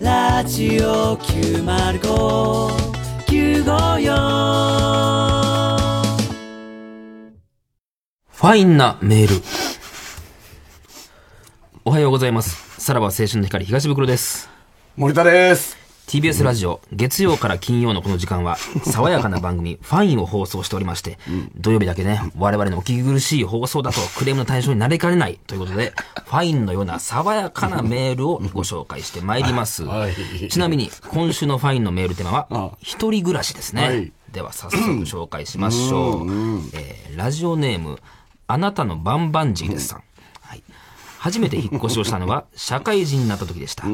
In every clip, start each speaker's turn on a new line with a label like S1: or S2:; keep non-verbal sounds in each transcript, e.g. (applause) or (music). S1: ラジオ905954
S2: ファインなメール。おはようございます。さらば青春の光東袋です。
S3: 森田です。
S2: TBS ラジオ、月曜から金曜のこの時間は、爽やかな番組、ファインを放送しておりまして、土曜日だけね、我々のお聞き苦しい放送だとクレームの対象になれかねないということで、ファインのような爽やかなメールをご紹介してまいります。
S3: はい
S2: ちなみに、今週のファインのメールテーマは、一人暮らしですね。
S3: はい
S2: では、早速紹介しましょう。えーラジオネーム、あなたのバンバンジーですさん。はい初めて引っ越しをしたのは社会人になった時でした、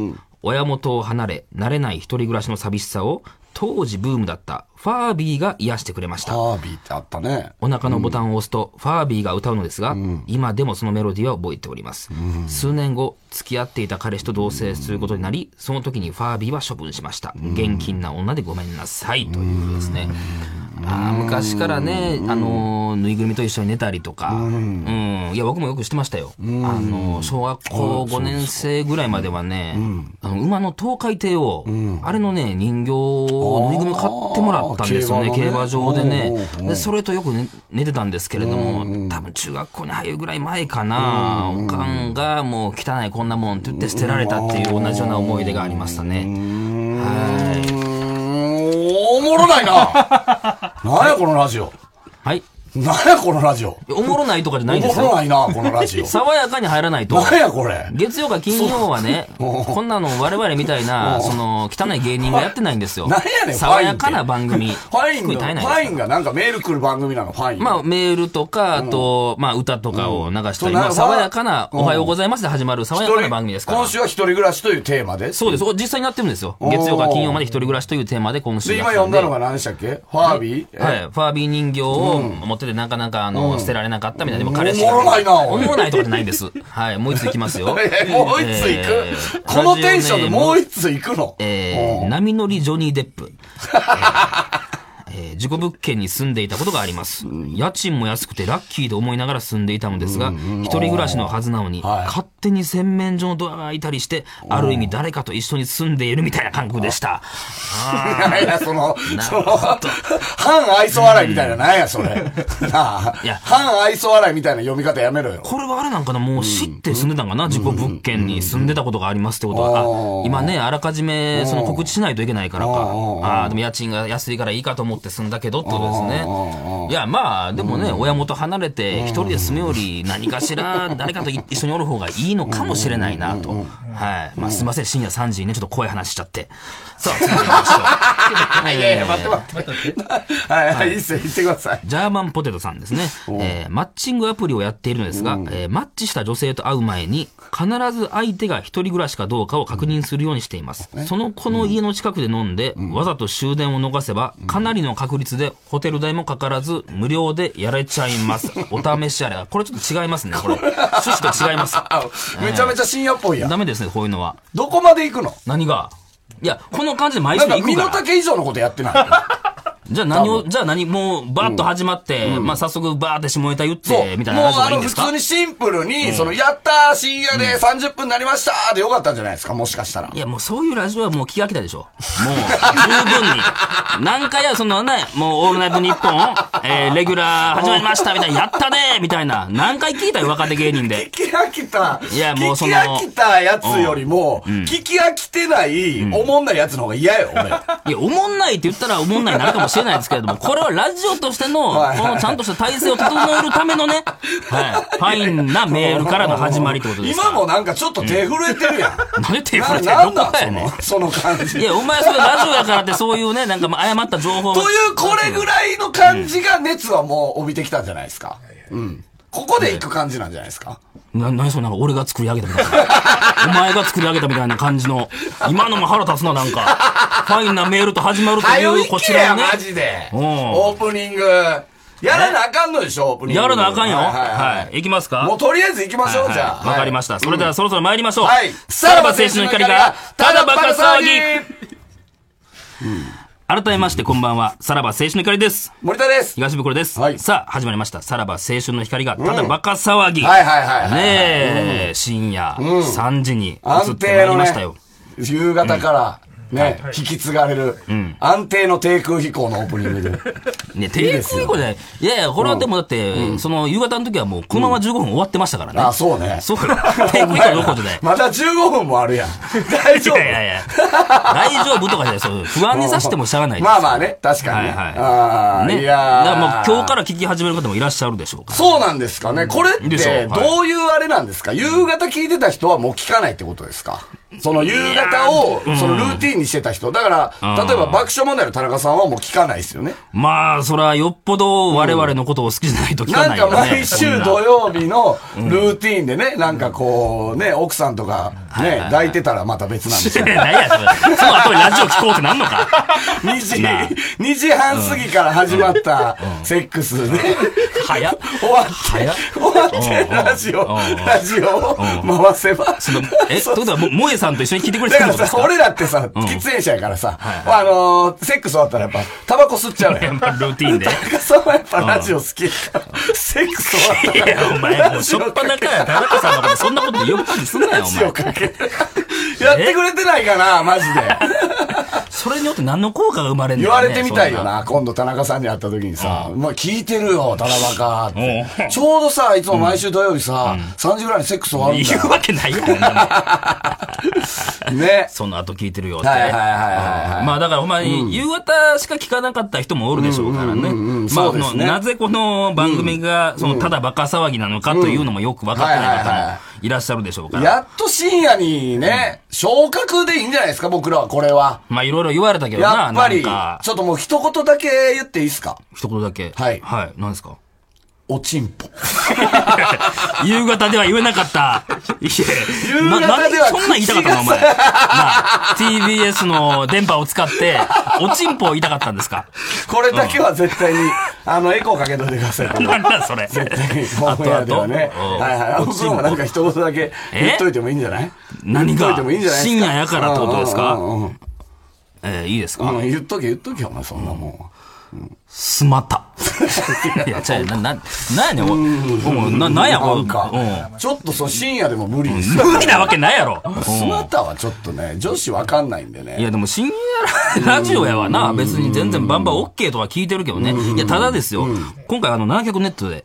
S2: 親元を離れ慣れない一人暮らしの寂しさを当時ブームだったファービーが癒してくれました
S3: ハービーってあったね。
S2: お腹のボタンを押すと、ファービーが歌うのですが、今でもそのメロディーは覚えております、数年後、付き合っていた彼氏と同棲することになり、その時にファービーは処分しました。厳禁な女でごめんなさい、ということですね。あー昔からね、あのー、ぬいぐるみと一緒に寝たりとか、うん、いや、僕もよくしてましたよ。あのー、小学校5年生ぐらいまではね、あの、馬の東海帝王、あれのね、人形をぬいぐるみ買ってもらったんですよね、
S3: あー競馬のね
S2: 競馬場で
S3: おうおう
S2: ね
S3: おう。
S2: でそれとよくね寝てたんですけれども、多分中学校に入るぐらい前かな、おかんがもう汚いこんなもんって言って捨てられたっていう同じような思い出がありましたね。
S3: うーん、おもろないな。
S2: (laughs)
S3: なんやこのラジオ。
S2: はい。
S3: なんやこのラジオ。
S2: おもろないとかじゃない
S3: お
S2: んで
S3: も
S2: す
S3: ろ
S2: よ。
S3: ないな、このラ
S2: (laughs)
S3: ジオ。
S2: 爽やかに入らないと。
S3: なんやこれ。
S2: 月曜か金曜はね、こんなの我々みたいな、その、汚い芸人がやってないんですよ。
S3: なんやねん、
S2: 爽やかな番組。
S3: ファイン
S2: 食い
S3: の、
S2: 絶えない
S3: ファインがなんかメール来る番組なの、ファイン。
S2: まあ、メールとか、あと、まあ、歌とかを流したり、まあ、爽やかな、おはようございますで始まる爽やかな番組ですから
S3: 今。週は一人暮らしというテーマで。
S2: そうです。実際になってるんですよ。月曜から金曜まで一人暮らしというテーマで今週
S3: で、
S2: や
S3: 今
S2: ってた
S3: 呼
S2: ん
S3: ん
S2: で
S3: だのが何でしたっけファービー。
S2: はいい。ファービー人形を持ってて、なかなか、あの、捨てられなかったみたいで、もう彼氏
S3: おもろないなおい
S2: おもろないとかじゃないんです。はい。もう一ついきますよ。
S3: (laughs)
S2: も
S3: (laughs) えもう一つ行く、このテンションでもう一つ行くの、
S2: えー波乗りジョニー・デップ。 (laughs) えーえー事故物件に住んでいたことがあります。家賃も安くてラッキーと思いながら住んでいたのですが、一人暮らしのはずなのに、
S3: はい
S2: 勝手に洗面所のドアが開いたりして、ある意味誰かと一緒に住んでいるみたいな感覚でした。あ
S3: いやいや、その、その、
S2: るほ
S3: 半愛想笑いみたいな、なんや、それ。
S2: (laughs)
S3: なあ
S2: いや、
S3: 半愛想笑いみたいな読み方やめろよ。
S2: これはあれなんかな、もう知って住んでたんかな、事故物件に住んでたことがありますってことは。
S3: う
S2: あ
S3: ん
S2: 今ね、あらかじめその告知しないといけないからか。
S3: うん
S2: ああ、でも家賃が安いからいいかと思って住んだけどってことですね。いや、まあ、でもね、親元離れて一人で住むより何かしら誰かとい一緒におる方がいいのかもしれないなと。はい。まあ、すいません、深夜3時にね、ちょっと怖い話しちゃって。さあ、続いていきましょう。いやいや、待って待って。
S3: はい、はい、いいっすよ、言ってください。
S2: ジャーマンポテトさんですね。えーマッチングアプリをやっているのですが、えーマッチした女性と会う前に、必ず相手が一人暮らしかどうかを確認するようにしています。その子の家の近くで飲んで、わざと終電を逃せば、かなりの確率でホテル代もかからず、無料でやれちゃい
S3: (laughs)
S2: ます。お試しあれ。これちょっと違いますね、これ。趣旨と違います。
S3: あめちゃめちゃ深夜っぽいやん
S2: ダ。メですね、こういうのは。
S3: どこまで行くの
S2: 何がいや、この感じで毎
S3: な
S2: 週
S3: んか、
S2: 行
S3: 身
S2: く
S3: の
S2: から。
S3: 丈以上のことやってない。
S2: じゃあ何を、じゃあ何、もう、バーッと始まって、まあ早速バーって下ネタ言って、みたいな
S3: もう、
S2: 話の
S3: あ
S2: 方がいい
S3: の、
S2: んで
S3: 普
S2: すか
S3: 通にシンプルに、その、やったー、深夜で30分になりましたーでよかったんじゃないですか、もしかしたら
S2: い。や、もうそういうラジオはもう聞き飽きたでしょ。もう、十分に。何回や、そのね、もう、オールナイトニッポン、えー、レギュラー始まりました、みたいな、やったねみたいな。何回聞いたよ、若手芸人で
S3: 聞。き飽きた、
S2: いやもうその
S3: 聞き飽きたやつよりも、聞き飽きてない、おもんないやつの方が嫌よ、俺。
S2: いや、おもんないって言ったらおもんないになるかもしれないですけれども、これはラジオとしての、こ
S3: はい
S2: のちゃんとした体制を整えるためのね、はい、ファインなメールからの始まりってことですから。
S3: 今もなんかちょっと手震えてるやん。
S2: なんで手
S3: な
S2: 触れて
S3: な
S2: ど
S3: んだ
S2: こかやねん。
S3: その、その感じ。
S2: いや、お前それラジオやからってそういうね、なんかまあ誤った情報
S3: という、これぐらいの感じが熱はもう帯びてきたんじゃないですか。うん。ここで行く感じなんじゃないですか。
S2: な、なにそれなんか俺が作り上げたみたいな。お (laughs) 前が作り上げたみたいな感じの、今のも腹立つな、なんか。ファインなメールと始まると
S3: はよ
S2: いう、
S3: 行
S2: こ
S3: け
S2: ちら
S3: や、
S2: をね。
S3: マジで。
S2: うん
S3: オープニング。やらなあかんのでしょ、オープニング。
S2: やらなあかんよ。
S3: はいはいはい
S2: はい。行きますか
S3: もうとりあえず行きましょう、
S2: はい
S3: じゃあ。
S2: わかりました。それではそろそろ参りましょう。
S3: はい。
S2: さらば青春の光が、ただバカ騒ぎ
S3: ぎ
S2: 改めまして、こんばんは。さらば青春の光です。
S3: 森田です。
S2: 東袋です。
S3: はい
S2: さあ、始まりました。さらば青春の光が、ただバカ騒ぎ。
S3: はいはいはいはいはい
S2: ねえ、深夜3時に移っ
S3: 安
S2: てま
S3: 定
S2: いり
S3: の
S2: ま
S3: ね
S2: したよ。。
S3: 夕方から。ね、引き継がれる、安定の低空飛行のオープニングで。
S2: ね、テレビ空港じゃない。いやいや、これはでもだって、その夕方の時はもう、このまま15分終わってましたからね。
S3: あ、そうね。
S2: そうよ。テイク以降どころじゃない。
S3: まだ15分もあるやん。大
S2: い
S3: 丈夫。
S2: やいやいや、大丈夫とかじゃない。そう不安にさしてもしゃあないです。
S3: まあまあね、確かにね。
S2: はいはい
S3: ああ、
S2: ね。だ
S3: いやー
S2: からもう今日から聞き始める方もいらっしゃるでしょうから。
S3: そうなんですかね。これっ
S2: でしょは
S3: て、
S2: い
S3: どういうあれなんですか、夕方聞いてた人はもう聞かないってことですかその夕方を、そのルーティンにしてた人。だから、例えば爆笑問題の田中さんはもう聞かないですよね。
S2: まあ、それはよっぽど我々のことを好きじゃないと聞か
S3: な
S2: なんいよ
S3: か
S2: ね。
S3: 毎週土
S2: 曜
S3: 曜日のルーティンでね、なんかこう、ね、奥さんとか、ね、抱いてたらまた別な
S2: (laughs)
S3: んですよ。
S2: 何や、それ。その後にラジオ聞こうってなんのか。
S3: 2時
S2: なあ、
S3: 2時半過ぎから始まったセックスね。
S2: 早っ。
S3: 終わっ、
S2: 早って
S3: 終わって、ラジオ、ラジオを回せば。
S2: そのえ、ということは、も萌えさんと一緒に聞いてくれて
S3: だ
S2: る
S3: か
S2: ん
S3: ら
S2: です
S3: さ、
S2: か
S3: 俺らってさ、喫煙者やからさ、あのー、セックス終わったらやっぱ、タバコ吸っちゃうの
S2: いや
S3: (laughs) よ。
S2: まあルーティンで。
S3: 田中さんはやっぱラジオ好きやから、セックス終わった
S2: い
S3: ら、
S2: や、お前、もう、しょっぱなから田中さんのこと、そんなこと呼ぶ感じすんなよ、
S3: ラ
S2: お
S3: ジ
S2: 前
S3: オ。かけて。やってくれてないかな、マジで。
S2: それによって何の効果が生まれるんだ
S3: 言
S2: よね
S3: われてみたいよ。な、今度田中さんに会った時にさ、まあ聞いてるよ、田中って
S2: う。
S3: ちょうどさ、いつも毎週土曜日さ、3時ぐらいにセックス終わ
S2: そん
S3: る
S2: なんん
S3: だ
S2: 言う
S3: よ。
S2: わけないよ、こんなの
S3: ね。
S2: その後聞いてるよって。
S3: はいはいはいはいはい
S2: まあだからほんまに、夕方しか聞かなかった人もおるでしょうからね。
S3: んうん
S2: まあ
S3: そうですね
S2: あのなぜこの番組が、その、ただバカ騒ぎなのかというのもよく分かってない
S3: うんはいはい
S2: 方
S3: は
S2: もいらっしゃるでしょうから。
S3: やっと深夜にね、昇格でいいんじゃないですか、僕らは、これは。
S2: まあいろいろ言われたけどな、
S3: やっぱり、ち
S2: なんか、
S3: ょっともう一言だけ言っていいですか
S2: 一言だけ。
S3: はい
S2: はい。なんですか
S3: おちんぽ。
S2: 夕方では言えなかった。いや
S3: 夕方では
S2: ななんそんなん言いたかったのお前。なあ TBS の電波を使って、おちんぽを言いたかったんですか
S3: これだけは
S2: (laughs)
S3: 絶対に、あの、エコーかけといてください。
S2: なんだそれ。 (laughs)
S3: ホームヤードはね。はいはい。あの
S2: おちん
S3: 頃
S2: ぽ
S3: もなんか一言だけ
S2: え
S3: 言っといてもいいんじゃない
S2: 何
S3: 言っと
S2: が
S3: いてもいいんじゃない
S2: 深夜やからってことですか
S3: うんうんうんうん
S2: えー、いいですか、
S3: うん言っとけ言っとけ、お前そんなもんは。
S2: すまた。いや、ちゃう、な、な、なんやねん、おいおい、な、なんや、こ
S3: な
S2: れ。うんん
S3: か、ちょっとそう、深夜でも無理ですよ。
S2: 無理なわけないやろ。
S3: スマタはちょっとね、女子わかんないんで
S2: い
S3: ね。
S2: や、でも深夜ラ (laughs) ジオやわな。別に全然バンバン OK とは聞いてるけどね。いや、ただですよ。今回、あの、7曲ネットで、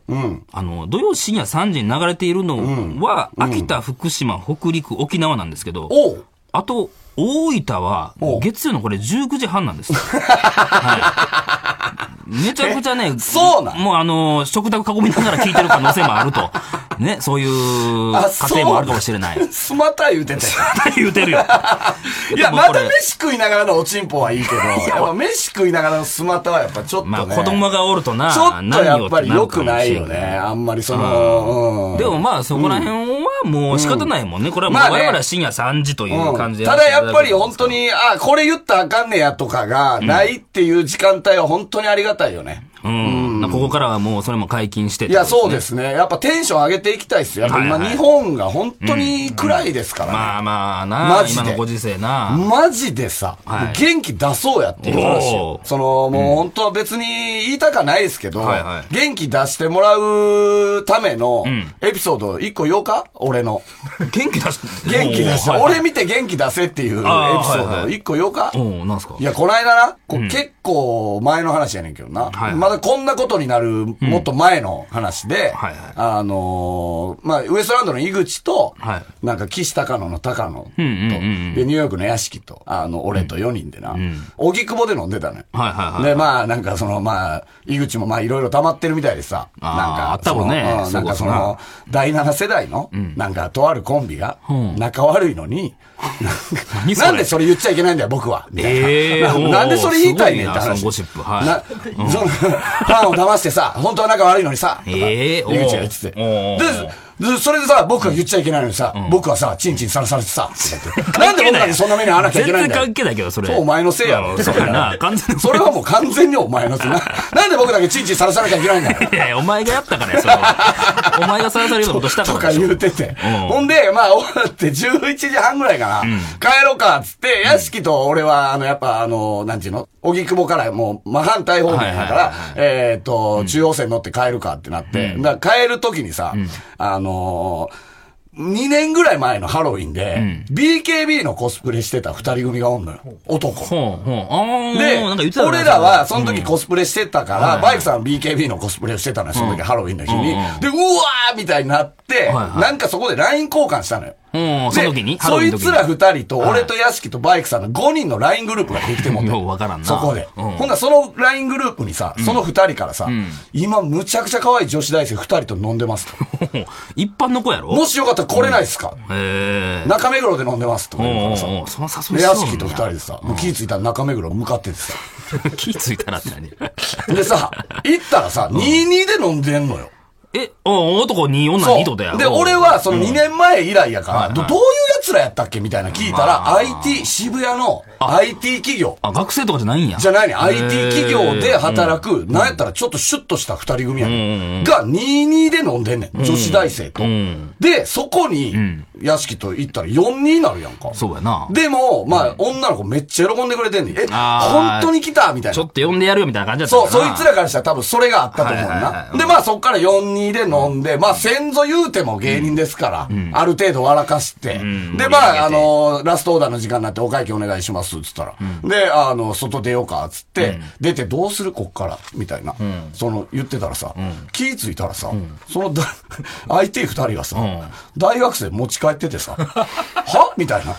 S2: あの、土曜深夜3時に流れているのは、秋田、福島、北陸、沖縄なんですけど、
S3: おう
S2: あと、大分は
S3: お、
S2: 月曜のこれ19時半なん
S3: (laughs)
S2: ですよ。はい。めちゃくちゃね、
S3: そうなん
S2: もうあのー、食卓囲みながら聞いてる可能性もあると。ね、そういう
S3: あ
S2: 家庭もあるかもしれ (laughs) ない。
S3: スマタ言うてたよ。
S2: 言うてるよ。
S3: いや、
S2: でも
S3: ま
S2: こ
S3: た
S2: れ
S3: 飯食いながらのおちんぽはいいけど、やっぱ飯食いながらのスマタはやっぱちょっとね。
S2: まあ子供がおるとな、
S3: ちょっとやっぱり良くないよ
S2: 何をってるかもしれんけ
S3: ね。あんまりその、う
S2: ど
S3: ん
S2: でもまあそこら辺はもう仕方ないもんね。これはもう
S3: まあね
S2: 我々は深夜3時という感じで
S3: ただやっぱり本当
S2: に。
S3: に、あ、これ言ったらあかんねやとかがないっていう時間帯は本当にありがたいよね。
S2: うん。ここからはもうそれも解禁して。
S3: いや、そうですね。やっぱテンション上げていきたいっすよ。やっぱ今
S2: はいはい
S3: 日本が本当に暗いですから
S2: まあまあ
S3: マ
S2: な、
S3: ジで
S2: 今のご時世な。
S3: ね。マジでさ、
S2: はい
S3: もう元気出そうやっていう話よ
S2: お。ー
S3: その、もう本当は別に言いたかないですけど、
S2: はいはい
S3: 元気出してもらうためのエピソード1個言おうか俺の。
S2: 元気出して。
S3: 元気出して、
S2: (laughs) おー
S3: 俺見て元気出せっていうエピソ
S2: あーはい
S3: ー
S2: は
S3: ド
S2: い
S3: 1個言おうか
S2: おうなんすか
S3: いや、この間な、こう結構前の話やねんけどな、
S2: はい
S3: まだこんなことになるもっと前の話で、
S2: はいはい
S3: あのーまあ、ウエストランドの井口と、
S2: はい
S3: なんか岸高野の高野と、
S2: うんうんうん
S3: で、ニューヨークの屋敷と、あの、俺と4人でな、荻窪で飲んでたのよ。
S2: はいはいはい。
S3: で、まあ、なんかその、まあ、井口もまあ、いろいろ溜まってるみたいでさ、
S2: あ
S3: な
S2: ー
S3: んか、
S2: あったもんね
S3: そのうん
S2: そ
S3: な
S2: うんそ
S3: か
S2: う
S3: その、第7世代の、なんか、とあるコンビが、仲悪いのに、なん
S2: (laughs) 何そ
S3: か
S2: れ
S3: なんでそれ言っちゃいけないんだよ、僕は。みたいな
S2: えー
S3: な
S2: おー
S3: なんでそれ言いたいねんって
S2: すごいなそ
S3: 話。
S2: のゴシップはい
S3: なそのファンを騙してさ、本当は仲悪いのにさ、とか
S2: え
S3: 井
S2: ー
S3: 口が言ってて。
S2: おーおー
S3: ででそれでさ、僕が言っちゃいけないのにさ、僕はさ、チンチンさらされてさ、とか言ってなんで僕らにそんな目に遭わなきゃいけないんだよ
S2: 全然。関係ないけど、それ。
S3: そうお前のせいやろ
S2: うんそうやな。完全に。
S3: それはもう完全にお前のせいな。なんで僕だけチンチンさらさなきゃいけないんだよ。
S2: いやいや、お前がやったからや、それ
S3: (laughs)
S2: はお前がさらされるようなことした
S3: と
S2: から
S3: か
S2: でしょ
S3: 言うてて。
S2: ん
S3: ほんで、まあ終わって11時半ぐらいかな。帰ろうか、つって、屋敷と俺は、あの、やっぱあの、なんちゅうの荻窪からもう真反対方面だか
S2: はいはい
S3: ら、えっと、中央線乗って帰るかってなって、だから帰る時にさ、あのー、 2年ぐらい前のハロウィンで、BKB のコスプレしてた2人組がおんのよ。男。
S2: ほうほう。ああ、
S3: で、
S2: なんか言ってたな
S3: 俺らは、その時コスプレしてたから、バイクさんは BKB のコスプレをしてたのよ、その時ハロウィンの日に。
S2: うん
S3: で、うわーみたいになって、
S2: はいはい
S3: なんかそこで LINE 交換したのよ。
S2: うん、その時に
S3: でそいつら
S2: ふ
S3: 二人と、俺と屋敷とバイクさんの5人の LINE グループができてもんね
S2: ようわからんな。
S3: そこで。
S2: うん
S3: ほんならその LINE グループにさ、その二人からさ、今むちゃくちゃ可愛い女子大生二人と飲んでますと。
S2: (laughs) 一般の子やろ
S3: もしよかったら来れないっすか
S2: へえ。
S3: 中目黒で飲んでますとか
S2: おう
S3: 言うからさ。
S2: おうおうその誘い
S3: で、
S2: し
S3: 屋
S2: そう
S3: 敷と二人でさ、もう気ぃついたら中目黒向かっててさ。
S2: 人。 (laughs) 気ついたらって何
S3: でさ、行ったらさ、22で飲んでんのよ。
S2: (laughs) え、お男に女にってことや。
S3: で、
S2: おう
S3: 俺、はその2年前以来やから、
S2: うん
S3: どどういう奴らやったっけみたいな聞いたら、
S2: まあ
S3: IT、渋谷の IT 企業。
S2: あ、学生とかじゃないんや。
S3: じゃ
S2: な
S3: ないね。IT 企業で働く、なんやったらちょっとシュッとした二人組やねん。が、22で飲んでんねん。女子大生と
S2: ん。
S3: で、そこに、屋敷と行ったら4になるやんか。
S2: そうやな。
S3: でも、まあ、女の子めっちゃ喜んでくれてんねん。え、
S2: あー
S3: 本当に来たみたい
S2: ちょ
S3: な。
S2: っと呼んでやるよみたいな感じだった
S3: そう、
S2: か
S3: そ
S2: ない
S3: つらからしたら多分それがあったと思う
S2: はいはいはい
S3: な
S2: は。い
S3: で、まあそっから42で飲んで、まあ先祖言うても芸人ですから、ある程度笑かして。
S2: ん
S3: で、まああのラストオーダーの時間になってお会計お願いします、つったら。で、あの、外出ようか、つって、出てどうするこっから、みたいな。その、言ってたらさ、気ぃついたらさ、そのだ、IT 二人がさ、大学生持ち帰って
S2: (laughs)
S3: てさ、はみたいな。
S2: ん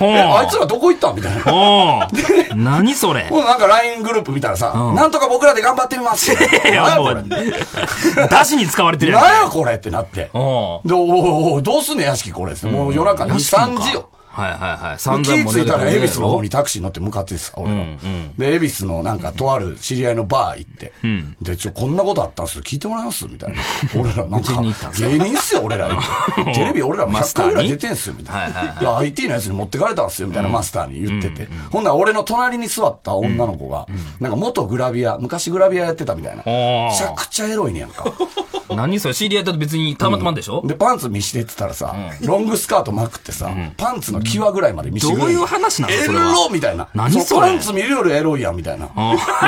S3: え、あいつらどこ行ったみたいな。
S2: おう何それ
S3: もうなんか LINE グループ見たらさ、なんとか僕らで頑張ってみま
S2: (laughs)
S3: す。
S2: いや、
S3: 何
S2: も
S3: や
S2: う、
S3: これ。
S2: 出汁に使われてるやん。
S3: 何やこれってなって。
S2: おう
S3: で、おいおいおいどうすんねん、屋敷これって。もう夜中2、3時よ。
S2: はいはいはい。
S3: 気
S2: 散々
S3: ぃついたら、
S2: 盛り上が
S3: 恵比
S2: っ
S3: 寿
S2: たも
S3: の方
S2: んね
S3: にタクシー乗って向かってさ、俺は。
S2: うん
S3: で、恵比寿のなんか、とある知り合いのバー行って、で、ちょ、こんなことあったんすよ、聞いてもらいますみたい
S2: (laughs)
S3: な。俺らなん
S2: ちに行っ
S3: か
S2: たん、す
S3: (laughs) 芸人っすよ、俺ら。
S2: (laughs)
S3: テレビ俺らも
S2: マス
S3: 100
S2: ター
S3: 回
S2: に
S3: ぐらい出てんすよ、みたい
S2: はいはい
S3: な。いや、IT のやつに持ってかれたんすよ、みたいなマスターに言ってて。ほんなら俺の隣に座った女の子が、なんか元グラビア、昔グラビアやってたみたいな。め
S2: おー
S3: ちゃくちゃエロいねやんか。
S2: 何それ知り合いだと別にたまたまでしょ
S3: で、パンツ見してって言ったらさ、ロングスカートまくってさ、パンツの際ぐらいまで見してくれる。
S2: どういう話なの
S3: エ
S2: それは
S3: ロみたいな。
S2: 何
S3: う
S2: それ
S3: パンツ見るよりエロいやん、みたいな。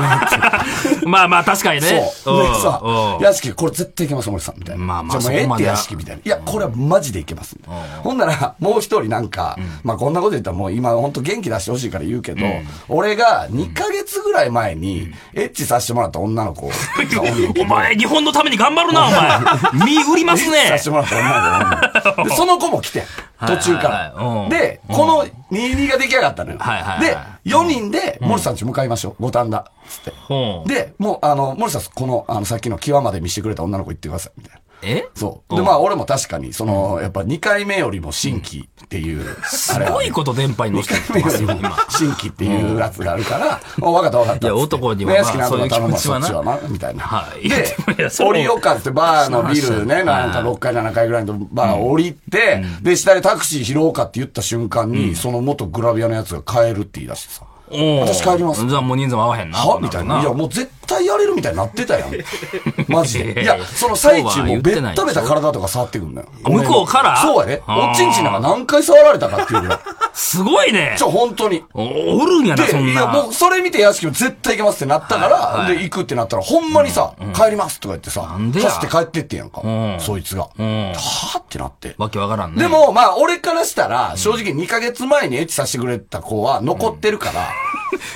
S2: (laughs) まあまあ確かにね。
S3: そう。でさ
S2: うん、
S3: 屋敷、これ絶対いけます、森さん、みたいな。
S2: まあまあ
S3: じゃもうええ
S2: そこ
S3: っ
S2: ま
S3: て
S2: では
S3: 屋敷みたいな。いや、これはマジでいけます、みたいなほんなら、もう一人なんか、まあこんなこと言ったらもう今本当元気出してほしいから言うけど、俺が2ヶ月ぐらい前に、エッチさせてもらった女の子が
S2: (laughs)
S3: おんの。
S2: お前、日本のために頑張るな、お前。身売ります
S3: さ (laughs)
S2: ね
S3: せ。てもらった女の
S2: (laughs)
S3: 子がおんのでその子も来てん途中か
S2: はいはいはい
S3: ら
S2: う。ん
S3: で、この22が出来上がったのよ。
S2: はいはい
S3: で
S2: は、
S3: 4人で、森さんち向かいましょう。五反田。つって。
S2: ほう
S3: で、もう、あの、森さん、この、あの、さっきの際まで見せてくれた女の子行ってください、みたいな。
S2: え
S3: そう。で、まあ、俺も確かに、その、やっぱ2回目よりも新規っていう、あ
S2: す
S3: れは
S2: ごいこと電波に乗せてますよ、今。
S3: 新規っていうやつがある
S2: (laughs)
S3: から、もう分かった分かったっつって。
S2: いや男には
S3: ね
S2: まあ
S3: 屋敷なんとか頼む
S2: そ
S3: わ、
S2: う
S3: そ
S2: いう
S3: っ
S2: 気持
S3: ち
S2: ち
S3: は
S2: は
S3: な、みたいな。
S2: はい
S3: で
S2: いや、それ
S3: 降りようかって、バーのビルね、なんか6階、7階ぐらいのバー降りて、で、下でタクシー拾おうかって言った瞬間に、その元グラビアのやつが帰るって言い出してさ。
S2: おう
S3: 私帰ります
S2: じゃあもう人数も合わへんな。
S3: はみたいな。いや、もう絶対やれるみたいになってたや
S2: (laughs)
S3: ん。マジで。いや、その最中もべったべた体とか触ってくんのよ。
S2: あ向こうから
S3: そうやね。
S2: あー
S3: おちんちんなんか何回触られたかっていうぐらい。
S2: すごいね
S3: ち。ょ、本当に。
S2: おおるんやな、そ
S3: で、
S2: ん
S3: いや、
S2: な。
S3: もうそれ見て屋敷も絶対行けますってなったから、
S2: はいはい
S3: で、行くってなったら、ほんまにさ、帰りますとか言ってさ、
S2: んでや
S3: 走って帰ってってんやんか。
S2: ん
S3: そいつが。はぁってなって。
S2: わけわからんね。
S3: で、も、まあ、俺からしたら、正直2ヶ月前にエッチさせてくれた子は残ってるから、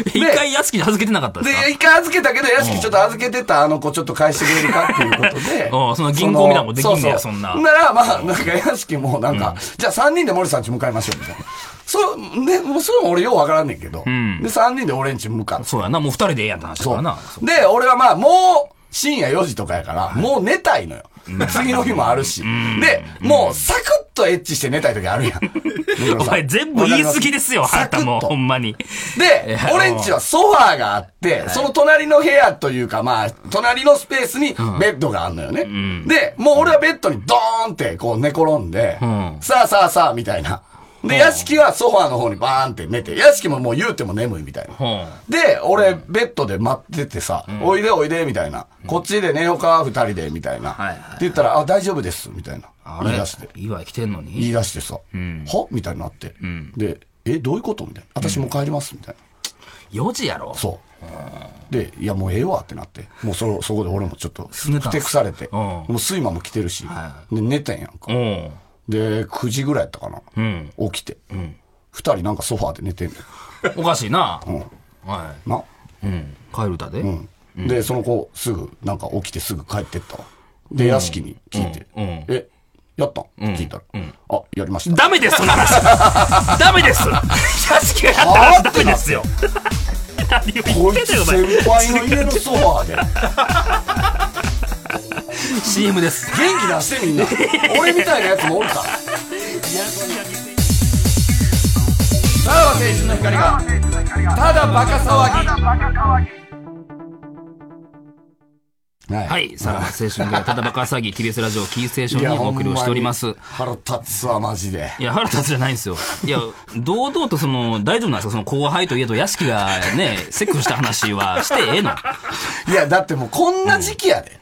S2: 一回屋敷に預けてなかったですか。
S3: で、一回預けたけど、屋敷ちょっと預けてたあの子ちょっと返してくれるかっていうこと
S2: (laughs)
S3: で
S2: うんその銀行みたいなもんできんねや
S3: うう
S2: そんな
S3: なら、まあ、なんか屋敷もなんか、じゃあ3人で森さん家向かいましょう、みたいな。そう、ね、もうそれも俺ようわからんねんけど。で、3人で俺ん家向かって。
S2: そうやな、もう二人でええやんって話だからな。そう
S3: で、俺はまあ、もう、深夜4時とかやから、もう寝たいのよ。次の日もあるし。で、もう、サクッとエッチして寝たい時あるやん。
S2: (laughs) お前全部言い過ぎですよ、あ
S3: サ
S2: な
S3: ク
S2: た
S3: ッと
S2: もう、ほんまに。
S3: で
S2: い、や
S3: 俺んちはソファーがあって、その隣の部屋というか、まあ、隣のスペースにベッドがあるのよね。で、もう俺はベッドにドーンってこう寝転んで、
S2: ん
S3: さあさあさあみたいな。で、屋敷はソファーの方にバーンって寝て、屋敷ももう言うても眠いみたいな。
S2: ほ
S3: で、俺、ベッドで待っててさ、おいでおいで、みたいな。こっちで寝ようか、二人で、みたいな。
S2: はいはい
S3: って言ったら、あ、大丈夫です、みたいな。
S2: あ
S3: 言い
S2: れ
S3: 出して。
S2: 岩井来てんのに
S3: 言い出してさ、はみたいになって。で、え、どういうことみたいな。私もう帰ります、みたいな。
S2: 4時やろ
S3: そう。で、いや、もうええわってなって、もうそ、そこで俺もちょっと、
S2: すねたんす
S3: ふてくされて、
S2: うん
S3: もう睡魔も来てるし、
S2: は
S3: で寝たんやん
S2: う
S3: か。
S2: ん。
S3: で、9時ぐらいやったかな。起きて。二人なんかソファーで寝てんね
S2: おかしいな。は
S3: ん。な。
S2: い。うん。帰る歌で。うん。
S3: で、その子、すぐ、なんか起きてすぐ帰ってったわ。で、屋敷に聞いて、
S2: うんうん
S3: え、やったん聞いたら、あ、やりました。
S2: ダメです、その
S3: (laughs)
S2: 話。ダメです。屋敷がやった話ダメですよ。何を言
S3: こ
S2: ってんだ
S3: いつ
S2: よ、お
S3: 先
S2: 前。
S3: 輩の家のソファーで、
S2: CM です。
S3: 元気出し
S2: (laughs)
S3: てみんな。俺みたいなやつもおるから。さらば青春の光が、ただバカ騒ぎ。は
S2: はい。さらば青春がただバカ騒ぎ、TBS ラジオキーステーションにお送りをしておりま
S3: い
S2: す
S3: や。ほんまに腹立つわ、マジで。
S2: いや、腹立つじゃないんですよ。いや、堂々とその、大丈夫なんですかその後輩といえど、屋敷がね、セックスした話はしてええの。
S3: いや、だってもうこんな時期やで。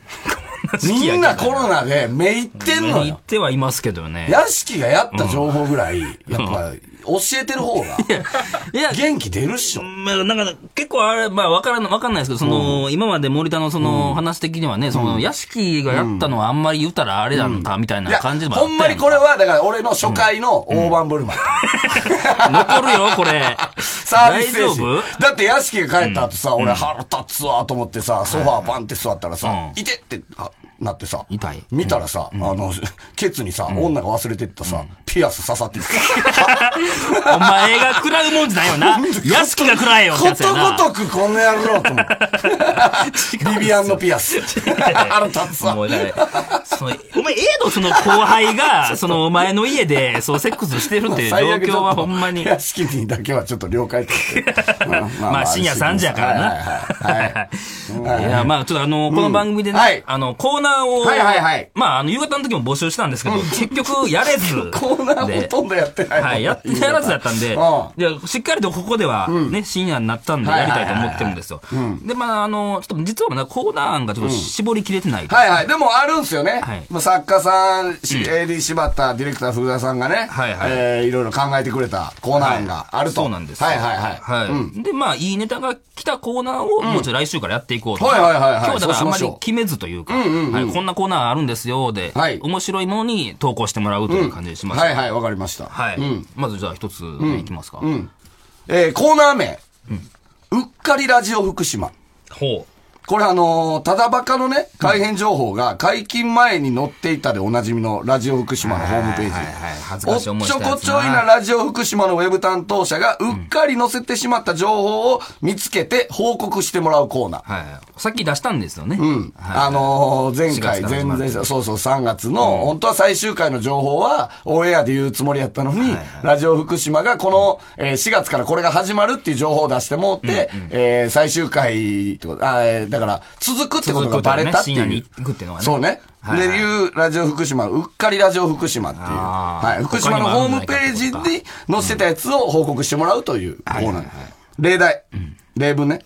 S2: 期や
S3: み
S2: けど
S3: んなコロナで目いってんの
S2: 言っ
S3: よ。
S2: てはいますけどね。
S3: 屋敷がやった情報ぐらい、やっぱ教えてる方が
S2: いや、
S3: 元気出るっしょ。
S2: まあ、なんか、結構あれ、まあ、わからん、わかんないですけど、その、今まで森田のその、話的にはね、その、屋敷がやったのはあんまり言ったらあれなんか、みたい
S3: い
S2: な
S3: や、
S2: 感じもあった
S3: ほんまにこれは、だから俺の初回の大盤振る舞い。
S2: 残るよ、これ。
S3: サービス精
S2: 大丈夫
S3: 神。だって屋敷が帰った後さ、俺腹立つわと思ってさ、ソファーバンって座ったらさ、いてってあなってさ、
S2: 痛い
S3: 見たらさ、あの、ケツにさ、女が忘れてったさ、ピアス刺さってる。
S2: お前が食らうもんじゃないよ
S3: (laughs)
S2: な。屋敷が食らえよって
S3: こ
S2: やつや
S3: と
S2: な。
S3: ごとくこの野郎
S2: (laughs)
S3: と思って。ビビアンのピアス。腹立つわ
S2: も。うねそのお前、ええのその後輩
S3: (laughs)
S2: が、そのお前の家で、そう、セックスしてるっていう状
S3: 最悪ちょっ
S2: 況
S3: と
S2: はほんまに。
S3: 屋敷にだけはちょっと了
S2: (laughs)
S3: 解取って。うんま
S2: まあ深夜3時やからな
S3: はいはいはいはい
S2: いや、まあ、ちょっとあの、この番組でね、
S3: はい
S2: あの、コーナーを、
S3: はいはいはい
S2: まあ、あの、夕方の時も募集したんですけど、結局、やれず。
S3: (laughs) コーナーほとんどやってないもん。
S2: はい、やってやらずだったんで、
S3: う
S2: いやしっかりとここではね、深夜になったんで
S3: はい
S2: や
S3: は
S2: り
S3: いはい
S2: たいと思ってるんですよ。で、まあ、あの、ちょっと実はまだコーナー案がちょっと絞りきれてない。
S3: はいはい。でもあるんすよね。
S2: はい
S3: まあ作家さん、し AD 柴田、ディレクター福田さんがね、
S2: はいはい
S3: えーいろいろ考えてくれたコーナー案があると。
S2: そうなんですよ
S3: はいはいはい。
S2: はい。で、まあ、いいネタが来たコーナーを、もうちょい来週からやっていこうと。
S3: はいはいはいはい
S2: 今日だからあんま
S3: そうしまし
S2: り
S3: ょう
S2: 決めずというか、はいこんなコーナーあるんですよ、で、
S3: はい
S2: 面白いものに投稿してもらうという感じにします。
S3: はいはい、わかりました。
S2: はい。まずじゃあ一つ目いきますか。
S3: えーコーナー名、うっかりラジオ福島。
S2: ほう。
S3: これあのーただバカのね、改変情報が解禁前に載っていたでおなじみのラジオ福島のホームページ。
S2: はいはいはい恥ず
S3: お
S2: か
S3: っ
S2: し
S3: ち
S2: い
S3: ょ
S2: 思いしたや
S3: こ
S2: つ
S3: ちょいなラジオ福島のウェブ担当者がうっかり載せてしまった情報を見つけて報告してもらうコーナー。
S2: はい。さっき出したんですよね。
S3: うんあのー前回、
S2: 4月から始
S3: 前
S2: まる
S3: 々週、そうそう、3月の、本当は最終回の情報は、オンエアで言うつもりやったのに、ラジオ福島がこの、えー4月からこれが始まるっていう情報を出してもうて、えー最終回ってこと、あーえーだから、続くってことがバレたっていう。
S2: 続くっていうね深夜に行くっていうのはね
S3: そうね。
S2: はいはい
S3: で、いう、ラジオ福島、うっかりラジオ福島っていう。
S2: あー
S3: はい。福島のホームページに載せたやつを報告してもらうというコーナー。例題。例文ね。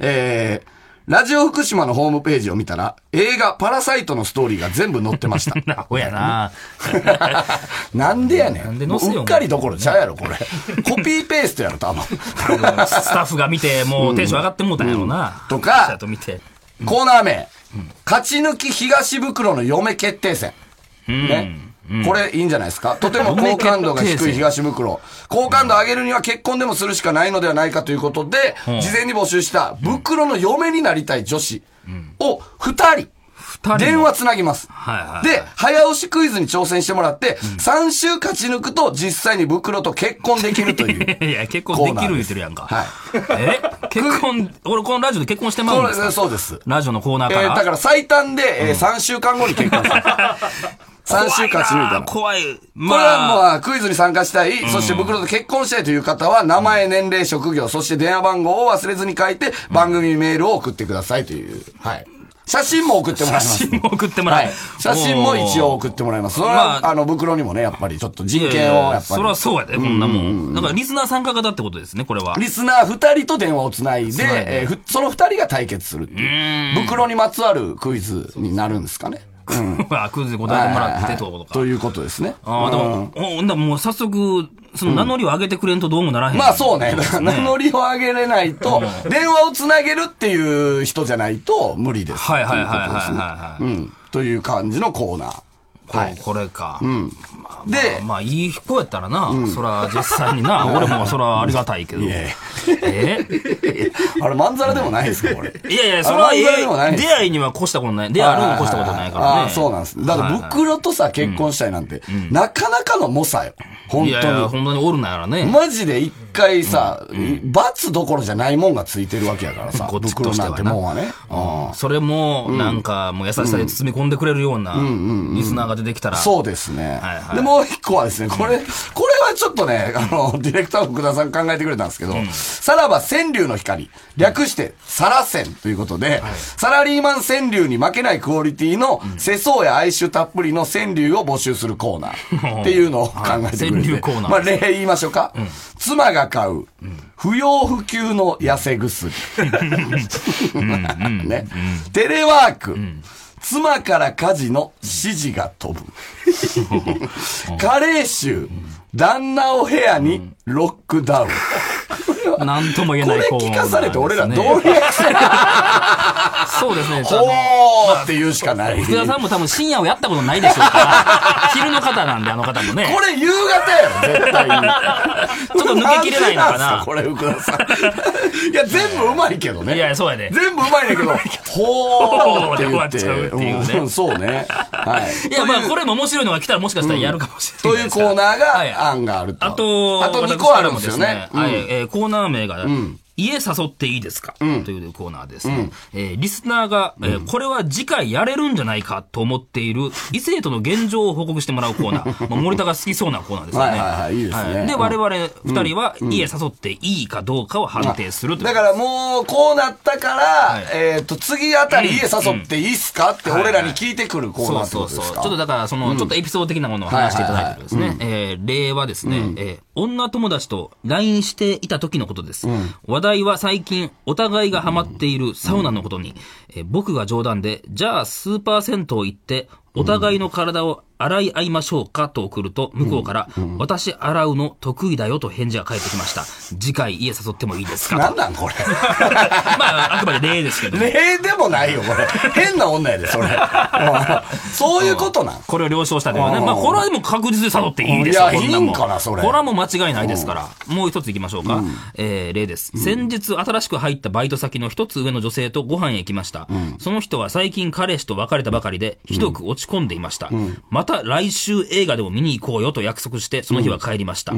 S3: えー、ラジオ福島のホームページを見たら、映画パラサイトのストーリーが全部載ってました。
S2: アホや (laughs) な。
S3: (laughs) なんでやね
S2: なん
S3: ん。
S2: で載
S3: も
S2: せよ
S3: ううっかりどころちゃうやろ、こ
S2: (laughs)
S3: れ。コピーペーストやろ、多分。
S2: スタッフが見て、もうテンション上がってもうたんやろうな。
S3: うんとか
S2: 記者と見て。
S3: コーナー名、勝ち抜き東袋の嫁決定戦。ね。これいいんじゃないですかとても好感度が
S2: 嫁決定戦
S3: 低い東袋。好感度上げるには結婚でもするしかないのではないかということで、事前に募集した袋の嫁になりたい女子を二人、
S2: 二人
S3: 電
S2: の。
S3: 話つなぎます。
S2: はいはいはい
S3: で、早押しクイズに挑戦してもらって、3週勝ち抜くと実際に袋と結婚できるとい
S2: (laughs)
S3: う。
S2: いや、結婚できる言ってるやんか。
S3: はい。
S2: え結婚、俺このラジオで結婚してまうん
S3: こ
S2: です
S3: れ
S2: か
S3: そうです。
S2: ラジオのコーナー
S3: え
S2: から。
S3: ーだから最短で、えー3週間後に結婚 (laughs) する。3週勝ち抜いたら。
S2: 怖いな怖い。
S3: こ
S2: ま
S3: れは
S2: あ、
S3: まあ、クイズに参加したい、そして袋と結婚したいという方は、名前、年齢、職業、そして電話番号を忘れずに書いて、番組メールを送ってくださいという。はい。写真も送ってもらいま
S2: 写
S3: す。
S2: 真も送ってもら
S3: は
S2: う。
S3: い。写真も一応送ってもらいます。それは、
S2: まあ
S3: あ、の、袋にもね、やっぱりちょっと人
S2: いやい
S3: 権
S2: や。
S3: を、やっぱ
S2: それは
S3: り。
S2: そうやで、こんなもん。だからリスナー参加型ってことですね、これは。
S3: リスナー二人と電話をつないで、
S2: いで
S3: えーふその二人が対決するっていう。袋にまつわるクイズになるんですか (laughs) ね。うん。
S2: あクイズで答えてもらってって
S3: はいはい
S2: こ
S3: はい
S2: とか。
S3: ということですね。
S2: ああ、でも、おほんならもう早速、その名乗りを上げてくれんとどうもならへん。
S3: まあそうね。だから名乗りを上げれないと、電話をつなげるっていう人じゃないと無理です。
S2: はいはいはいはいはい
S3: とうことですね
S2: はい
S3: うん。という感じのコーナー。
S2: こうこれか。
S3: で、
S2: まあ、いい子やったらな、そら、実際に
S3: (laughs)
S2: な、俺もそら、ありがたいけど。
S3: いやいや
S2: ええ
S3: あれ、まんざらでもないですか、これ。
S2: いやいや、それは、
S3: あ
S2: え
S3: 漫才でもない
S2: え出会いには越したことない。出会いあるに越したことないから
S3: あ
S2: ね。
S3: ーそうなんです。だから、
S2: はい
S3: 袋とさ、結婚したいなんて、なかなかの猛者よ。本
S2: いやいや、
S3: 当
S2: 本当におるなやらね。
S3: に。マジで一回さ、罰どころじゃないもんがついてるわけやからさ、
S2: こっちと
S3: 袋
S2: しては
S3: な
S2: なん
S3: てもんはね。うん
S2: それも、なんか、もう優しさで包み込んでくれるような、リスナーが出てきたら。
S3: そうですね
S2: はいは。い
S3: で、もう一個はですね、これ、これはちょっとね、あの、ディレクターの福田さん考えてくれたんですけど、さらば川柳の光、略して、サラセンということで、サラリーマン川柳に負けないクオリティの、世相や哀愁たっぷりの川柳を募集するコーナーっていうのを考えてく
S2: は
S3: れ
S2: い川
S3: て。
S2: 柳コーナー
S3: まあ、例言いましょうか。妻が買う、不要不急の痩せ薬。 (laughs) ね。テレワーク。妻から家事の指示が飛ぶ。カレー臭。旦那を部屋にロックダウン。
S2: なんとも言え
S3: こ
S2: ない
S3: れ
S2: こう
S3: 聞かされて俺らどうリア
S2: なん
S3: クショ
S2: です
S3: ン
S2: ねそう
S3: (laughs)
S2: ですね。ちょっと
S3: おーって言うしかない。
S2: 福田さんも多分深夜をやったことないでしょう
S3: (laughs)
S2: から、昼の方なんで、あの方もね。
S3: これ夕方やろ、
S2: (laughs)
S3: 絶対に。
S2: ちょっと抜けきれないのかなん
S3: ですこれ、福田さん。いや、全部うまいけどね。
S2: いや、そうやで。
S3: 全部うまいんだけど、ほー
S2: (laughs) ほー
S3: って言って。
S2: で終わっちゃうっていうね
S3: んそうね。は
S2: (laughs)
S3: い。
S2: いや、まあ、これも面白いのが来たらもしかしたらやるかもしれ
S3: と
S2: ない
S3: い
S2: で
S3: う
S2: す
S3: コ
S2: から
S3: ーナー
S2: はい
S3: が、案があると。
S2: あと、
S3: あと
S2: 私
S3: 2個あるんですよ
S2: から
S3: ね。
S2: もはい、えーコーナー名が、家誘っていいですか、というコーナーですね。えーリスナーが、えーこれは次回やれるんじゃないかと思っている異性との現状を報告してもらうコーナ
S3: (laughs)
S2: ー。まあ森田が好きそうなコーナーですよね。
S3: はいはいはいいいですね
S2: はで、
S3: うん
S2: 我々二人は家誘っていいかどうかを判定するという。
S3: だからもう、こうなったから
S2: い、
S3: えっと、次あたり家誘っていいっすかって俺らに聞いてくるコーナー
S2: そう
S3: って
S2: そうそ
S3: ことで
S2: う。
S3: す
S2: ち
S3: か
S2: ょっとだから、その、ちょっとエピソード的なものを話していただいてですね。えー例はですね、えー女友達と LINE していた時のことです。話題は最近、お互いがハマっているサウナのことに、えー僕が冗談で、じゃあスーパー銭湯行って、お互いの体を洗い合いましょうかと送ると、向こうから、私洗うの得意だよと返事が返ってきました。次回家誘ってもいいです (laughs) か
S3: な
S2: と
S3: んなんこれ。
S2: まあ、あくまで例ですけどね。
S3: 例でもないよ、これ。変な女や
S2: (laughs)
S3: で、それ。そういうことなん
S2: これを了承したというのは
S3: う
S2: ね。
S3: ん
S2: まあ、これはでも確実に誘っていいでし
S3: い
S2: ょ、
S3: や
S2: こもん
S3: いいんかなそれ
S2: これはもう間違いないですから。もう一つ行きましょうか。えー例です。先日新しく入ったバイト先の一つ上の女性とご飯へ行きました。その人は最近彼氏と別れたばかりで、ひどく落ち込んでいました。また来週映画でも見に行こうよと約束して、その日は帰りました。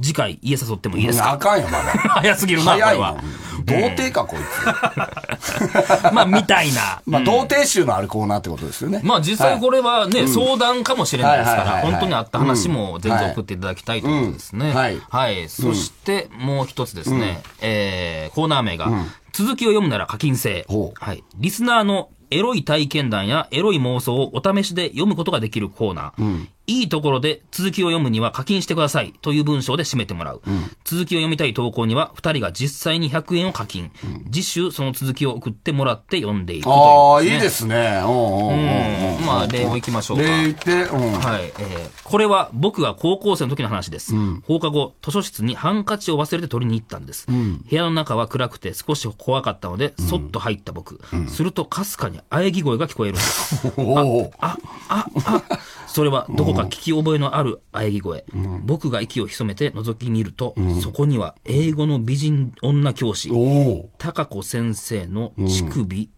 S2: 次回家誘ってもいいですか
S3: あかんよ、ま
S2: (laughs)
S3: だ。
S2: 早すぎるな、こ
S3: 早
S2: れ
S3: いな
S2: は。。
S3: 童貞か、こいつ。
S2: まあ、みたいな。
S3: まあ、童貞集のあるコーナーってことですよね。
S2: まあ実際これはね、相談かもしれないですか
S3: はいは
S2: ら、
S3: いはいはい
S2: 本当にあった話も全然送っていただきたいということですね。
S3: うんはい
S2: はい。そしてもう一つですね、えーコーナー名が、続きを読むなら課金制
S3: ほ。う
S2: はい。リスナーのエロい体験談やエロい妄想をお試しで読むことができるコーナー。いいところで続きを読むには課金してくださいという文章で締めてもらう。続きを読みたい投稿には2人が実際に100円を課金。次週その続きを送ってもらって読んでいくという
S3: あ
S2: こ
S3: あ、
S2: と
S3: いい
S2: ね
S3: ですね。うんうんうんうん。
S2: まあ、例を行きましょうか。
S3: で、言って、うん。
S2: はい、えーこれは僕が高校生の時の話です、放課後、図書室にハンカチを忘れて取りに行ったんです。部屋の中は暗くて少し怖かったので、そっと入った僕。すると、かすかに喘ぎ声が聞こえるんです。
S3: おお。
S2: あ、あ、あ、それはどこか聞き覚えのある喘ぎ声。僕が息を潜めて覗きにいると、そこには英語の美人女教師、
S3: おお。
S2: 高子先生の乳首、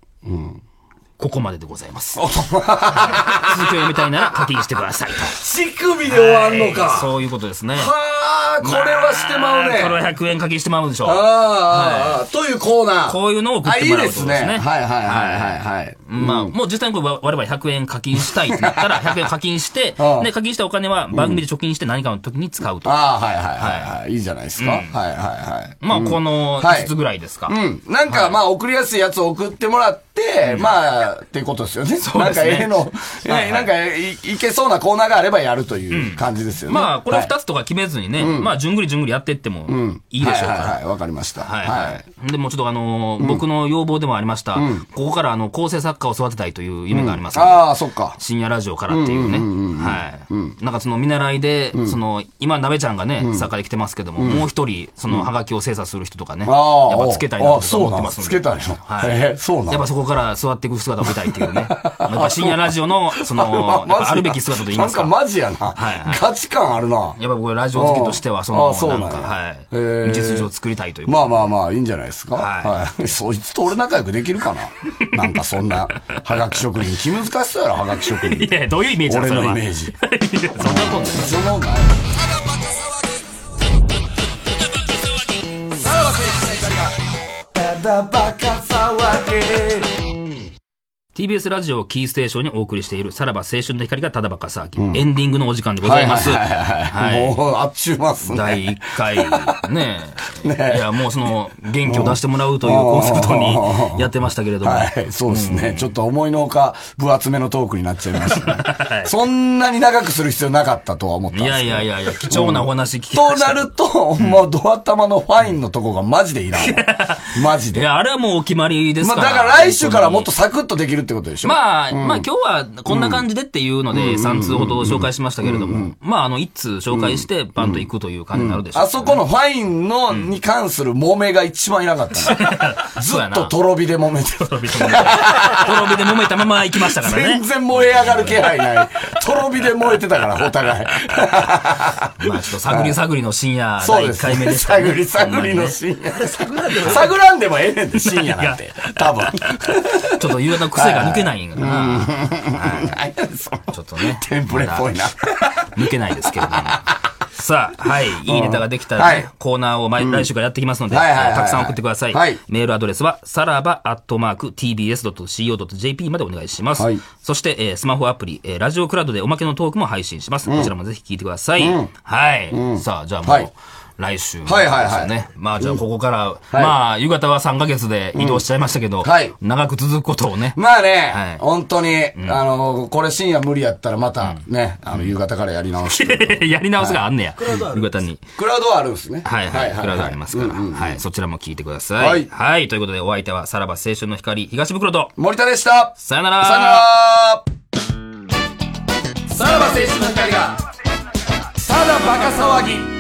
S2: ここまででございます。 (laughs) 続きを読みたいなら課金してくださいと。
S3: 乳首で終わんのか。
S2: はい
S3: は
S2: そういうことですね。
S3: あ、これはしてまうね。
S2: これは100円課金してまうでしょ
S3: ああああ、ああ、というコーナー。
S2: こういうのを送っ
S3: あ、
S2: て
S3: い
S2: も
S3: い
S2: らうっ
S3: で
S2: て
S3: す
S2: ことで
S3: ね。
S2: す
S3: は
S2: ね。
S3: いはいはいはいはい。
S2: まあ、もう実際にこれ我々100円課金したいってなった
S3: (laughs)
S2: ら、100円課金して、
S3: ああ
S2: で、課金したお金は番組で貯金して何かの時に使うと。
S3: ああ、はいはいはいはい。いいじゃないですか。はいはいはい。
S2: まあ、この
S3: はい
S2: 5つぐらいですか。
S3: うん。なんか、まあ、送りやすいやつを送ってもらって、まあ、っていうことです
S2: (laughs)
S3: よね。
S2: う
S3: な
S2: で
S3: ん
S2: す
S3: か、
S2: ね
S3: ええの、
S2: はいは
S3: ね
S2: い
S3: なんか、いいけそうなコーナーがあればやるという感じですよね。
S2: まあ、これ
S3: はい
S2: 2つとか決めずにね、まあ、じゅんぐりじゅんぐりやってってもいいでしょうから。
S3: はいはいはい、わかりました。
S2: はい
S3: は。
S2: はいい。でもうちょっとあのー僕の要望でもありました、ここからあの、構成作家を育てたいという夢がありますので、
S3: ああ、そっか。
S2: 深夜ラジオからっていうね。はい。なんかその見習いで、その、今、鍋ちゃんがね、作家で来てますけども、もう一人、その、ハガキを精査する人とかね、やっ
S3: ああ。
S2: ぱつけたいなと
S3: ああ
S2: 僕は
S3: そう
S2: 思っ
S3: な
S2: て
S3: ん
S2: ま
S3: ですす
S2: んで
S3: つけたいの。
S2: はい
S3: へえそうなん
S2: やっぱそここから座っていく姿を見たいっていう
S3: (laughs)
S2: ね。やっぱ深夜ラジオの、その、やっぱあるべき姿と言いますか。
S3: なんかマジやな。
S2: はいはい
S3: 価値観あるな。
S2: やっぱ僕ラジオ好きとしては、その、
S3: あそうなんや
S2: なんか、は
S3: へー
S2: い。道筋を作りたいという
S3: まあまあまあ、いいんじゃないですか。は。
S2: はい
S3: そいつと俺仲良くできるかな。なんかそんな、はがき職人。気難しそうやろ、はがき職人。
S2: いやいや、どういうイメージなん
S3: 俺
S2: ですか
S3: のイメージ。
S2: それはそんな (laughs) ことない。
S3: そんなもんない。
S2: TBS ラジオをキーステーションにお送りしている、さらば青春の光がただバカ騒ぎ、エンディングのお時間でございます。
S3: はいはいはいはい。
S2: はい
S3: もう、あっちゅうますね。
S2: 第1回、ねえ。
S3: (laughs) ねえ
S2: いや、もうその、元気を出してもらうというコンセプトにやってましたけれども。
S3: はい、そうですね。ちょっと思いのほか、分厚めのトークになっちゃいましたね。そんなに長くする必要なかったとは思ったん
S2: い
S3: ですけど。
S2: やいやいやいや、貴重なお話聞き
S3: と
S2: ました。
S3: なると、もうドア玉のファインのとこがマジでいらんわ。マジ
S2: い
S3: で。
S2: や、あれはもうお決まりです
S3: まあ
S2: か
S3: だ
S2: ら。
S3: から来週からもっとサクッとできるってことでしょ
S2: まあ、まあ今日はこんな感じでっていうので、3通ほど紹介しましたけれども、まああの、1通紹介して、バンと行くという感じになるでしょう。
S3: あそこのファインの、に関する揉めが一番いなかった
S2: (laughs)
S3: な。ず
S2: そうや
S3: っ
S2: な
S3: ととろ火で揉めてる。
S2: とろ火で揉めた。とろ火で揉めたまま行きましたから
S3: 全
S2: ね。
S3: 然燃え上がる気配ない。とろ火で燃えて
S2: (laughs)
S3: たから、お互い。
S2: まあちょっと探り探りの深夜
S3: そう
S2: 第
S3: で
S2: 1
S3: す
S2: 回目
S3: ね。
S2: でしたね。
S3: (laughs) 探り探りの
S2: ち
S3: 深夜。探らんでもええねんで、深夜なんて。多分。 (laughs)
S2: ょっと夕方癖が抜けないんかな。
S3: 何やねんその
S2: ちょっとね。
S3: テンプレっぽいな。
S2: 抜けないですけれども。 (laughs) さあ、はい、いいネタができた
S3: は
S2: ら、
S3: い
S2: ね、コーナーを毎来週からやってきますので、え
S3: はいはいはいはい
S2: ーたくさん送ってください。
S3: はい
S2: メールアドレスは、さらばアットマーク tbs.co.jp までお願いします。
S3: はい
S2: そして、えースマホアプリ、えーラジオクラウドでおまけのトークも配信します。こちらもぜひ聞いてください。はい、さあ、じゃあもう、
S3: はい
S2: 来週ですね。
S3: はいはいはい
S2: まあじゃあここから、まあ夕方は3ヶ月で移動しちゃいましたけど、
S3: はい
S2: 長く続くことをね、 (laughs)
S3: まあね、
S2: はい
S3: 本当に、あの、これ深夜無理やったらまたね、あの、夕方からやり直
S2: (laughs)
S3: して。
S2: やり直すがあんねや。夕方に。
S3: クラウドはあるんですね。
S2: はいはい。クラウドありますから。
S3: うんうん
S2: はい。そちらも聞いてください。
S3: は
S2: はいい。ということで、お相手は、さらば青春の光、東袋と、
S3: 森田でした。
S2: さよなら
S3: さよならさらば青春の光が、ただバカ騒ぎ。